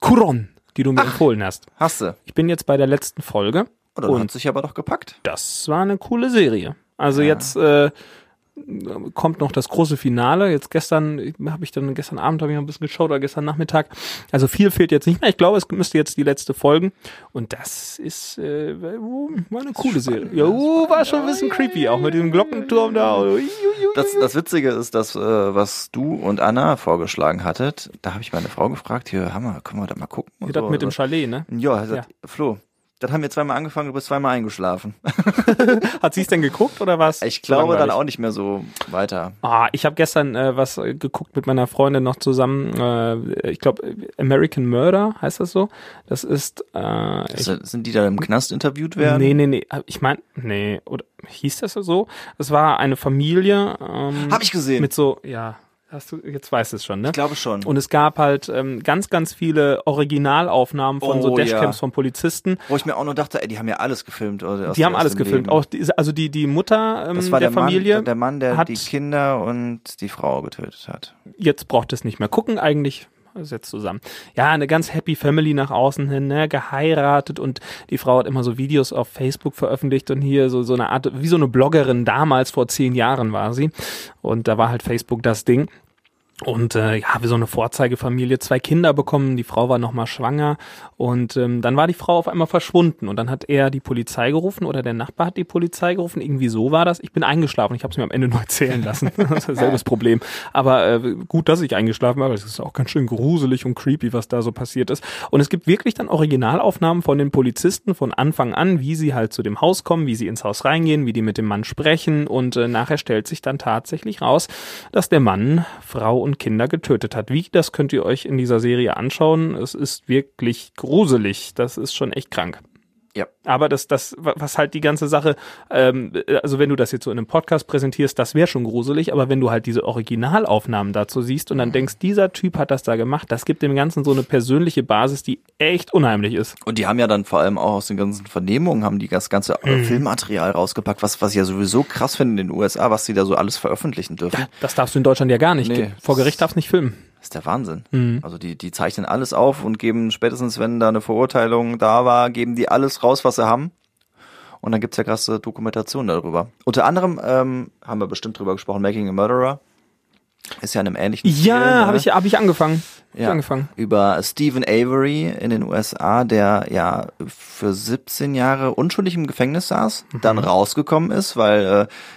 Kuron, die du mir empfohlen hast.
Hast du?
Ich bin jetzt bei der letzten Folge.
Oder
und
hat sich aber doch gepackt.
das war eine coole Serie. Also jetzt äh, kommt noch das große Finale. Jetzt gestern habe ich dann gestern Abend habe ich noch ein bisschen geschaut oder gestern Nachmittag. Also viel fehlt jetzt nicht mehr. Ich glaube, es müsste jetzt die letzte folgen. Und das ist äh, war eine coole Serie. Ja, uh, war schon ein bisschen creepy, auch mit diesem Glockenturm da. Ui, ui, ui.
Das, das Witzige ist, dass äh, was du und Anna vorgeschlagen hattet, da habe ich meine Frau gefragt, hier, Hammer, können wir da mal gucken? Und
Hier das
so.
mit dem Chalet, ne?
ja, er sagt, Flo, das haben wir zweimal angefangen, du bist zweimal eingeschlafen.
Hat sie es denn geguckt oder was?
Ich glaube dann auch nicht mehr so weiter.
Ah, ich habe gestern äh, was äh, geguckt mit meiner Freundin noch zusammen. Äh, ich glaube, American Murder heißt das so. Das ist. Äh, ich,
Also, sind die da im Knast interviewt werden?
nee, nee, nee. Ah, Ich meine, nee. Oder hieß das so? Es war eine Familie. Ähm,
Hab ich gesehen.
Mit so, ja. Hast du, jetzt weißt du es schon, ne?
ich glaube schon.
Und es gab halt ähm, ganz, ganz viele Originalaufnahmen von so
Oh, ja.
Dashcams von Polizisten.
Wo ich mir auch noch dachte, ey, die haben ja alles gefilmt. Oder, aus-
Die haben
aus
alles
dem
gefilmt.
Leben.
Auch diese, also die, die Mutter ähm,
das war
der,
der,
Familie.
Mann, der Mann, der
hat-
die Kinder und die Frau getötet hat.
jetzt braucht es nicht mehr gucken eigentlich. Also Jetzt zusammen. Ja, eine ganz happy Family nach außen hin, ne? geheiratet und die Frau hat immer so Videos auf Facebook veröffentlicht und hier so, so eine Art, wie so eine Bloggerin damals, vor zehn Jahren war sie. Und da war halt Facebook das Ding. Und äh, ja, wie so eine Vorzeigefamilie, zwei Kinder bekommen, die Frau war nochmal schwanger und ähm, dann war die Frau auf einmal verschwunden und dann hat er die Polizei gerufen oder der Nachbar hat die Polizei gerufen, irgendwie so war das. Ich bin eingeschlafen, ich habe es mir am Ende [LAUGHS] neu zählen lassen, das ist selbes Problem. Aber äh, gut, dass ich eingeschlafen war, weil es ist auch ganz schön gruselig und creepy, was da so passiert ist. Und es gibt wirklich dann Originalaufnahmen von den Polizisten von Anfang an, wie sie halt zu dem Haus kommen, wie sie ins Haus reingehen, wie die mit dem Mann sprechen und äh, nachher stellt sich dann tatsächlich raus, dass der Mann Frau und Kinder getötet hat. Wie, das könnt ihr euch in dieser Serie anschauen. Es ist wirklich gruselig. Das ist schon echt krank.
Ja.
Aber das, das, wa- was halt die ganze Sache, ähm, also wenn du das jetzt so in einem Podcast präsentierst, das wäre schon gruselig, aber wenn du halt diese Originalaufnahmen dazu siehst und dann denkst, dieser Typ hat das da gemacht, das gibt dem Ganzen so eine persönliche Basis, die echt unheimlich ist.
Und die haben ja dann vor allem auch aus den ganzen Vernehmungen, haben die das ganze äh,
Mhm.
Filmmaterial rausgepackt, was, was ich ja sowieso krass finde in den USA, was sie da so alles veröffentlichen dürfen.
Das darfst du in Deutschland ja gar nicht.
Nee.
Vor Gericht darfst du nicht filmen.
Das ist der Wahnsinn. Also die, die zeichnen alles auf und geben spätestens, wenn da eine Verurteilung da war, geben die alles raus, was sie haben. Und dann gibt's ja krasse Dokumentationen darüber. Unter anderem ähm, haben wir bestimmt drüber gesprochen, Making a Murderer. Ist ja in einem ähnlichen Stil,
Ja,
ne?
habe ich, hab ich angefangen. ich angefangen.
Über Stephen Avery in den USA, der ja für 17 Jahre unschuldig im Gefängnis saß, dann rausgekommen ist, weil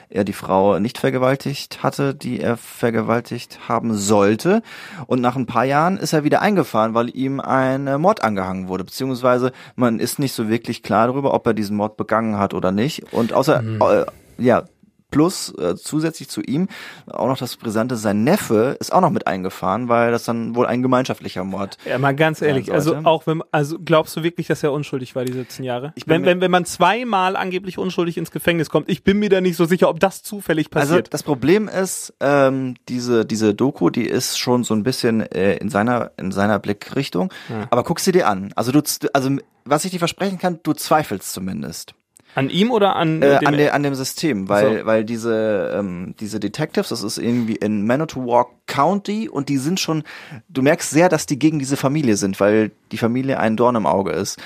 äh, er die Frau nicht vergewaltigt hatte, die er vergewaltigt haben sollte. Und nach ein paar Jahren ist er wieder eingefahren, weil ihm ein äh, Mord angehangen wurde. Beziehungsweise man ist nicht so wirklich klar darüber, ob er diesen Mord begangen hat oder nicht. Und außer, äh, ja, Plus äh, zusätzlich zu ihm auch noch das Brisante, sein Neffe ist auch noch mit eingefahren, weil das dann wohl ein gemeinschaftlicher Mord.
Ja, mal ganz ehrlich,
Sein
also
sollte.
auch wenn, also glaubst du wirklich, dass er unschuldig war, die 17 Jahre?
bin
wenn,
mir-
wenn, wenn man zweimal angeblich unschuldig ins Gefängnis kommt, ich bin mir da nicht so sicher, ob das zufällig
Also
passiert.
das Problem ist, ähm, diese diese Doku, die ist schon so ein bisschen äh, in seiner in seiner Blickrichtung. Aber guck sie dir an. Also du, z- also was ich dir versprechen kann, du zweifelst zumindest.
an ihm oder an,
äh,
dem,
an, der, an dem System, weil,
So.
weil diese, ähm, diese Detectives, das ist irgendwie in Manitowoc County und die sind schon, du merkst sehr, dass die gegen diese Familie sind, weil die Familie ein Dorn im Auge ist.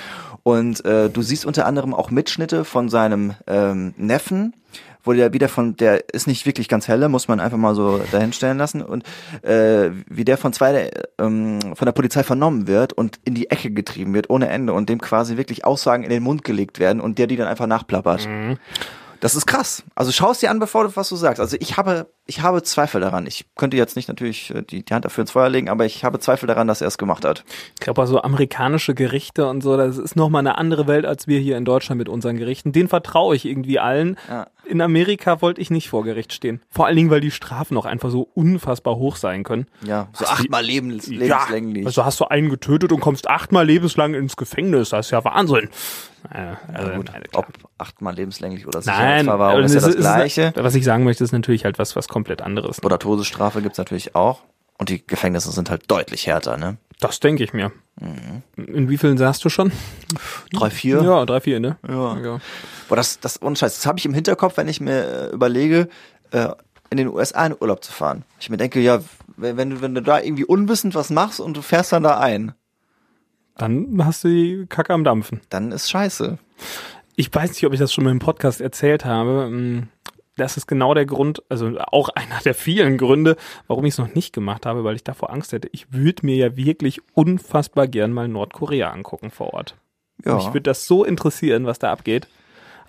Und äh, du siehst unter anderem auch Mitschnitte von seinem ähm, Neffen, wo der wieder von, der ist nicht wirklich ganz helle, muss man einfach mal so dahinstellen lassen. Und äh, wie der von zwei der, ähm, von der Polizei vernommen wird und in die Ecke getrieben wird ohne Ende und dem quasi wirklich Aussagen in den Mund gelegt werden und der die dann einfach nachplappert. Das ist krass. Also schau es dir an, bevor du was du sagst. Also ich habe, ich habe Zweifel daran. Ich könnte jetzt nicht natürlich äh, die, die Hand dafür ins Feuer legen, aber ich habe Zweifel daran, dass er es gemacht hat.
ich glaube, so amerikanische Gerichte und so, das ist nochmal eine andere Welt als wir hier in Deutschland mit unseren Gerichten. Den vertraue ich irgendwie allen.
Ja.
In Amerika wollte ich nicht vor Gericht stehen. Vor allen Dingen, weil die Strafen auch einfach so unfassbar hoch sein können.
Ja, so
Hast du-
achtmal lebens, lebenslänglich.
Also hast du einen getötet und kommst achtmal lebenslang ins Gefängnis. Das ist ja Wahnsinn. Äh, also,
Gut,
nein, klar.
ob achtmal lebenslänglich oder
Nein,
Sicherheitsverwahrung
aber
ist ja
es
das
ist-
Gleiche.
es ist- was ich sagen möchte, ist natürlich halt was, was komplett anderes.
oder Todesstrafe gibt's natürlich auch. Und die Gefängnisse sind halt deutlich härter, ne?
Das denke ich mir. In wie vielen saßt du schon?
Drei, Mhm. vier.
Ja, drei, vier, ne?
Ja.
ja.
Boah, das, das, ohne Scheiß, das habe ich im Hinterkopf, wenn ich mir äh, überlege, äh, in den USA in Urlaub zu fahren. Ich mir denke, ja, wenn, wenn, du, wenn du da irgendwie unwissend was machst und du fährst dann da ein,
Dann hast du die Kacke am Dampfen.
dann ist scheiße.
Ich weiß nicht, ob ich das schon mal im Podcast erzählt habe. Ähm, Das ist genau der Grund, also auch [LAUGHS] einer der vielen Gründe, warum ich es noch nicht gemacht habe, weil ich davor Angst hätte. Ich würde mir ja wirklich unfassbar gern mal Nordkorea angucken vor Ort.
Ja.
Mich würde das so interessieren, was da abgeht.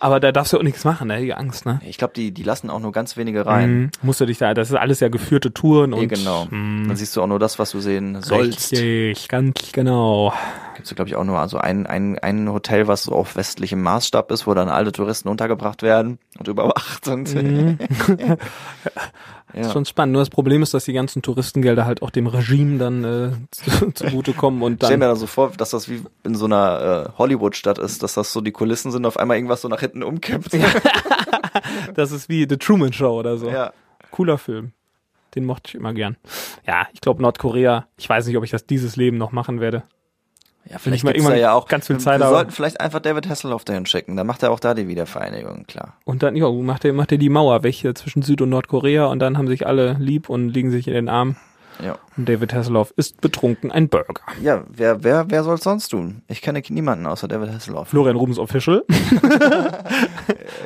Aber da darfst du auch nichts machen, da hätte ich Angst, ne?
Ich glaube, die, die lassen auch nur ganz wenige rein.
Mhm. Musst du dich da, das ist alles ja geführte Touren
Nee,
und.
genau.
Mhm.
Dann siehst du auch nur das, was du sehen sollst.
Richtig, ganz genau.
Gibt's glaube ich, auch nur also ein, ein, ein Hotel, was so auf westlichem Maßstab ist, wo dann alle Touristen untergebracht werden und überwacht sind.
Mhm. Ist
ja.
schon spannend. Nur das Problem ist, dass die ganzen Touristengelder halt auch dem Regime dann äh, [LAUGHS] zu- zugutekommen und
Stell mir
dann.
da so vor, dass das wie in so einer äh, Hollywood-Stadt ist, dass das so die Kulissen sind, auf einmal irgendwas so nach
[LAUGHS]
hinten umkippt. Ja.
Das ist wie The Truman Show oder so.
ja.
Cooler Film. Den mochte ich immer gern. Ja, ich glaube Nordkorea, ich weiß nicht, ob ich das dieses Leben noch machen werde.
vielleicht
ich mal
gibt's da
irgendwann
ja auch
ganz viel
wir-
Zeit,
Wir
aber-
sollten vielleicht einfach David Hasselhoff dahin schicken, dann macht er auch da die Wiedervereinigung, klar.
Und dann, ja, macht er, macht er die Mauer weg hier zwischen Süd- und Nordkorea und dann haben sich alle lieb und liegen sich in den Armen.
Ja,
Und David Hasselhoff ist betrunken ein Burger.
ja wer, wer, wer soll's sonst tun? Ich kenne niemanden außer David Hasselhoff.
Florian Rubens
[LAUGHS]
Official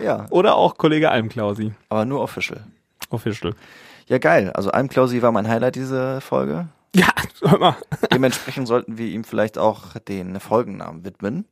Ja,
oder auch Kollege Almklausi
aber nur official.
Official.
Ja, geil. Also Almklausi war mein Highlight diese Folge.
Ja, hör mal.
Dementsprechend sollten wir ihm vielleicht auch den Folgennamen widmen.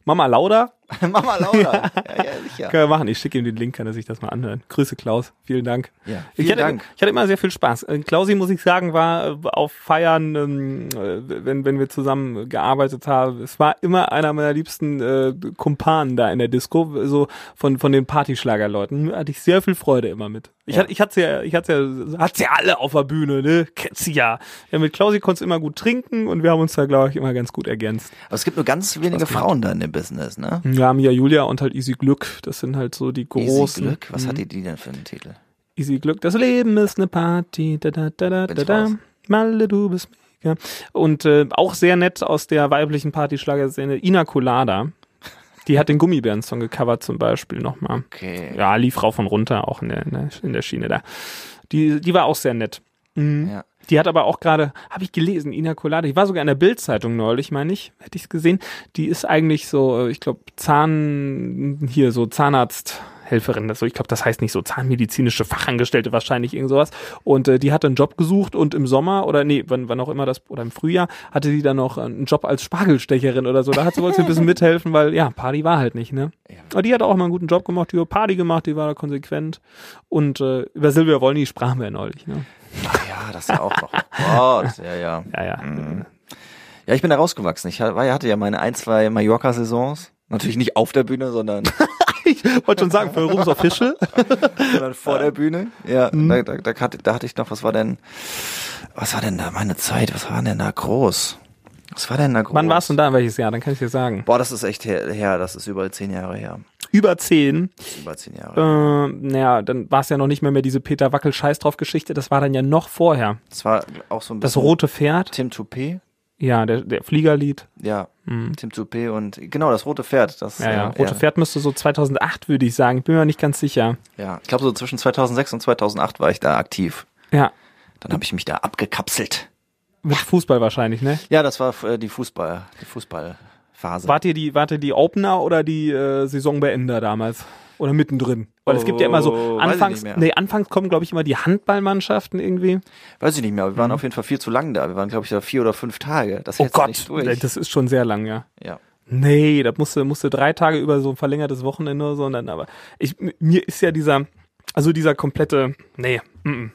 [LAUGHS]
Mama Lauda,
Mama
[LAUGHS]
Laura. Ja, ja, sicher.
können wir machen. Ich schicke ihm den Link, kann er sich das mal anhören. Grüße Klaus, vielen Dank.
Ja,
ich
vielen
hatte,
Dank.
Ich hatte immer sehr viel Spaß. Äh, Klausi, muss ich sagen, war äh, auf Feiern, ähm, äh, wenn, wenn wir zusammen gearbeitet haben, es war immer einer meiner liebsten äh, Kumpanen da in der Disco, so von, von den Partyschlagerleuten. Hatte ich sehr viel Freude immer mit. Ich,
Ja.
hatte, ich hatte ja, ich hatte ja, hat's ja alle auf der Bühne, ne? Kennst du ja. ja. Mit Klausi konntest du immer gut trinken und wir haben uns da, glaube ich, immer ganz gut ergänzt.
Aber es gibt nur ganz wenige Frauen da in dem Business, ne?
Ja, Mia Julia und halt Easy Glück, das sind halt so die großen.
Easy Glück. Was
Mhm.
hat die, die denn für einen Titel?
Easy Glück, das Leben ist eine Party. Da, da, da, da,
Bin
da,
ich
da.
raus.
Malle, du bist mega. Und äh, auch sehr nett aus der weiblichen Partyschlagerszene Ina Colada. Die hat den Gummibären-Song gecovert zum Beispiel nochmal.
Okay.
Ja, lief rauf und runter auch in der, in der, in der Schiene da. Die, die war auch sehr nett. Mhm.
Ja.
Die hat aber auch gerade, habe ich gelesen, Ina Colada, die war sogar in der Bildzeitung neulich, meine ich, hätte ich es gesehen. Die ist eigentlich so, äh, ich glaube, Zahn, hier so Zahnarzt. Helferin, das so, ich glaube, das heißt nicht so, zahnmedizinische Fachangestellte wahrscheinlich, irgend sowas. Und äh, die hatte einen Job gesucht und im Sommer oder nee, wann, wann auch immer das, oder im Frühjahr, hatte die dann noch äh, einen Job als Spargelstecherin oder so. Da hat sie wohl so ein bisschen mithelfen, weil ja, Party war halt nicht, ne? Aber die hat auch mal einen guten Job gemacht, die hat Party gemacht, die war da konsequent. Und äh, über Silvia Wollny sprachen wir neulich, ne?
Ach ja, das ja auch noch. Oh, das, ja, ja.
Ja, ja.
Ja, ich bin da rausgewachsen. Ich war- hatte ja meine ein, zwei Mallorca-Saisons. Natürlich nicht auf der Bühne,
[LAUGHS]
sondern,
Ich wollte schon sagen, für Rums Official.
sondern vor der Bühne. Ja,
Mhm.
da, da, da, hatte, da hatte ich noch, was war denn, was war denn da meine Zeit? Was war denn da groß? Was war denn da groß?
Wann warst du denn da? Welches Jahr? Dann kann ich dir sagen.
Boah, das ist echt her, her. das ist über zehn Jahre her.
Über zehn.
Das ist über zehn Jahre.
Äh, naja, dann war es ja noch nicht mehr, mehr diese Peter Wackel Scheiß drauf Geschichte. Das war dann ja noch vorher.
Das war auch so ein
Das
bisschen
rote Pferd.
Tim Toupet.
Ja, der, der Fliegerlied.
Ja, Tim Toupet und genau, das rote Pferd. Das,
Mhm. Ja, ja.
äh,
Rote Pferd müsste so 2008, würde ich sagen. Ich bin mir nicht ganz sicher.
Ja, ich glaube so zwischen 2006 und 2008 war ich da aktiv.
Ja.
Dann habe ich mich da abgekapselt.
Mit Fußball wahrscheinlich, ne?
Ja, das war äh, die Fußball, die Fußballphase.
Wart ihr die, wart ihr die Opener oder die äh, Saisonbeender damals? Oder mittendrin? Weil es gibt ja immer
Oh,
so,
weiß ich
anfangs,
nicht mehr.
nee, anfangs kommen, glaube ich, immer die Handballmannschaften irgendwie.
Weiß ich nicht mehr, aber wir waren auf jeden Fall viel zu lang da. Wir waren, glaube ich, da vier oder fünf Tage. Das
Mhm. Oh
hältst du
Gott,
nicht durch.
das ist schon sehr lang, ja.
ja.
Nee, da musste musste drei Tage über so ein verlängertes Wochenende oder so und dann aber ich m- mir ist ja dieser also dieser komplette nee. Mm -mm.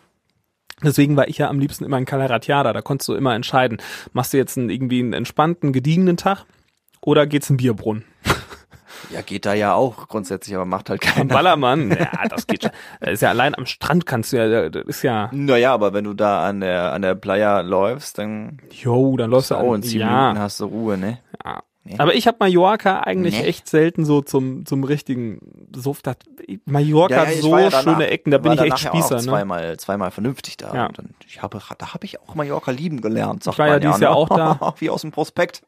Deswegen war ich ja am liebsten immer ein Calaratiada, da konntest du immer entscheiden, machst du jetzt einen, irgendwie einen entspannten, gediegenen Tag oder geht's in den Bierbrunnen?
ja, geht da ja auch grundsätzlich, aber macht halt
Am
keiner.
Ballermann,
[LAUGHS]
ja, das geht schon. Da Ist ja allein am Strand kannst du ja, das ist ja,
Naja, aber wenn du da an der, an der Playa läufst, dann
jo, dann läufst du
oh,
an-
in sieben Minuten hast du Ruhe, ne?
Aber ich habe Mallorca eigentlich
Nee.
echt selten so zum, zum richtigen Suff. Das- Mallorca hat so
war ja danach-
schöne Ecken, da bin
war
ich echt
danach ja auch
Spießer. Ne?
Zweimal, zweimal vernünftig da.
Ja.
Und dann, ich habe, da habe ich auch Mallorca lieben gelernt, sagt
Ich war ja
man
dieses
ne?
Jahr auch da.
[LAUGHS] Wie aus
[LAUGHS]
dem Prospekt.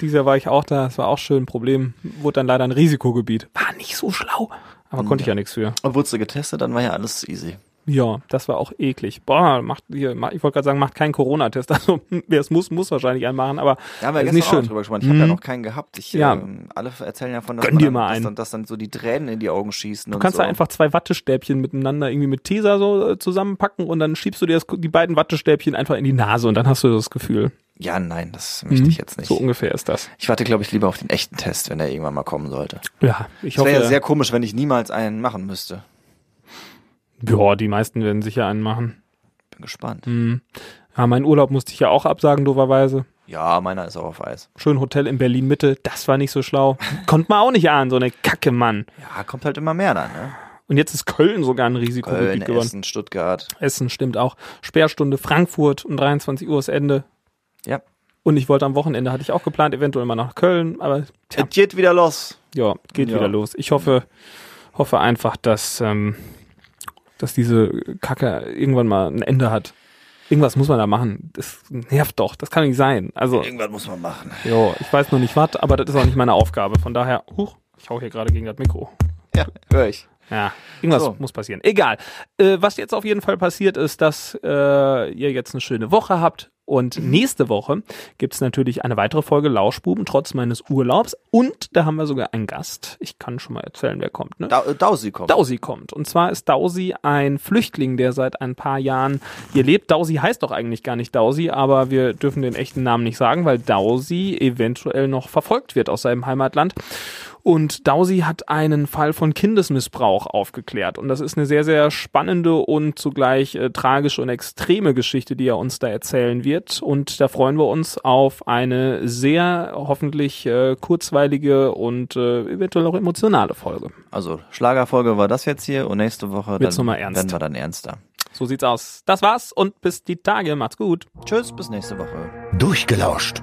Dieses Jahr war ich auch da, das war auch schön. Problem, wurde dann leider ein Risikogebiet. War nicht so schlau,
Hm,
aber konnte ich ja nichts für.
Und wurdest du getestet, dann war ja alles easy.
Ja, das war auch eklig. Boah, macht hier, mach, ich wollte gerade sagen, macht keinen Corona-Test. [LAUGHS] Also hm, wer es muss, muss wahrscheinlich einen machen, aber
Da haben wir
ist
gestern
nicht
auch
schön. Hm.
drüber gesprochen. Ich habe ja noch keinen gehabt. Ich,
Ja.
ähm, alle erzählen ja von, dass,
Gönn dir
dann,
mal einen.
dass, dann, dass dann so die Tränen in die Augen schießen.
Du kannst
und so.
da einfach zwei Wattestäbchen miteinander irgendwie mit Tesa so äh, zusammenpacken und dann schiebst du dir das, die beiden Wattestäbchen einfach in die Nase und dann hast du das Gefühl.
Ja, nein, das möchte ich jetzt nicht.
Mhm. So ungefähr ist das.
ich warte, glaube ich, lieber auf den echten Test, wenn er irgendwann mal kommen sollte.
Ja, ich
Es
hoffe,
wäre ja sehr komisch, wenn ich niemals einen machen müsste.
ja, die meisten werden sicher einen machen.
Bin gespannt.
Mhm. Ja, meinen Urlaub musste ich ja auch absagen, dooferweise.
Ja, meiner ist auch auf Eis.
Schön Hotel in Berlin Mitte, das war nicht so schlau. Konnte man auch nicht ahnen, so eine Kacke, Mann.
Ja, kommt halt immer mehr dann, ne?
Und jetzt ist Köln sogar ein Risikogebiet
Köln,
geworden.
Essen, Stuttgart.
Essen stimmt auch. Sperrstunde Frankfurt um 23 Uhr ist Ende.
Ja.
Und ich wollte am Wochenende, hatte ich auch geplant, eventuell mal nach Köln, aber tja,
Es geht wieder los.
ja, geht
Äh, Ja.
wieder los. Ich hoffe, hoffe einfach, dass, ähm, dass diese Kacke irgendwann mal ein Ende hat. Irgendwas muss man da machen. Das nervt doch. Das kann nicht sein. Also,
Irgendwas muss man machen.
jo, ich weiß noch nicht was, aber das ist auch nicht meine Aufgabe. Von daher, huch, ich hau hier gerade gegen das Mikro.
Ja, höre ich.
Ja, irgendwas
So.
muss passieren. Egal. Äh, was jetzt auf jeden Fall passiert ist, dass äh, ihr jetzt eine schöne Woche habt. Und nächste Woche gibt's natürlich eine weitere Folge Lauschbuben, trotz meines Urlaubs. Und da haben wir sogar einen Gast. Ich kann schon mal erzählen, wer kommt. Ne?
Da, äh, Dausi kommt.
Dausi kommt. Und zwar ist Dausi ein Flüchtling, der seit ein paar Jahren hier lebt. Dausi heißt doch eigentlich gar nicht Dausi, aber wir dürfen den echten Namen nicht sagen, weil Dausi eventuell noch verfolgt wird aus seinem Heimatland. Und Dausi hat einen Fall von Kindesmissbrauch aufgeklärt. Und das ist eine sehr, sehr spannende und zugleich äh, tragische und extreme Geschichte, die er uns da erzählen wird. Und da freuen wir uns auf eine sehr hoffentlich äh, kurzweilige und äh, eventuell auch emotionale Folge.
Also Schlagerfolge war das jetzt hier und nächste Woche
Wird's
dann
noch mal ernst.
werden wir dann ernster.
So sieht's aus. Das war's und bis die Tage. Macht's gut.
Tschüss, bis nächste Woche.
Durchgelauscht.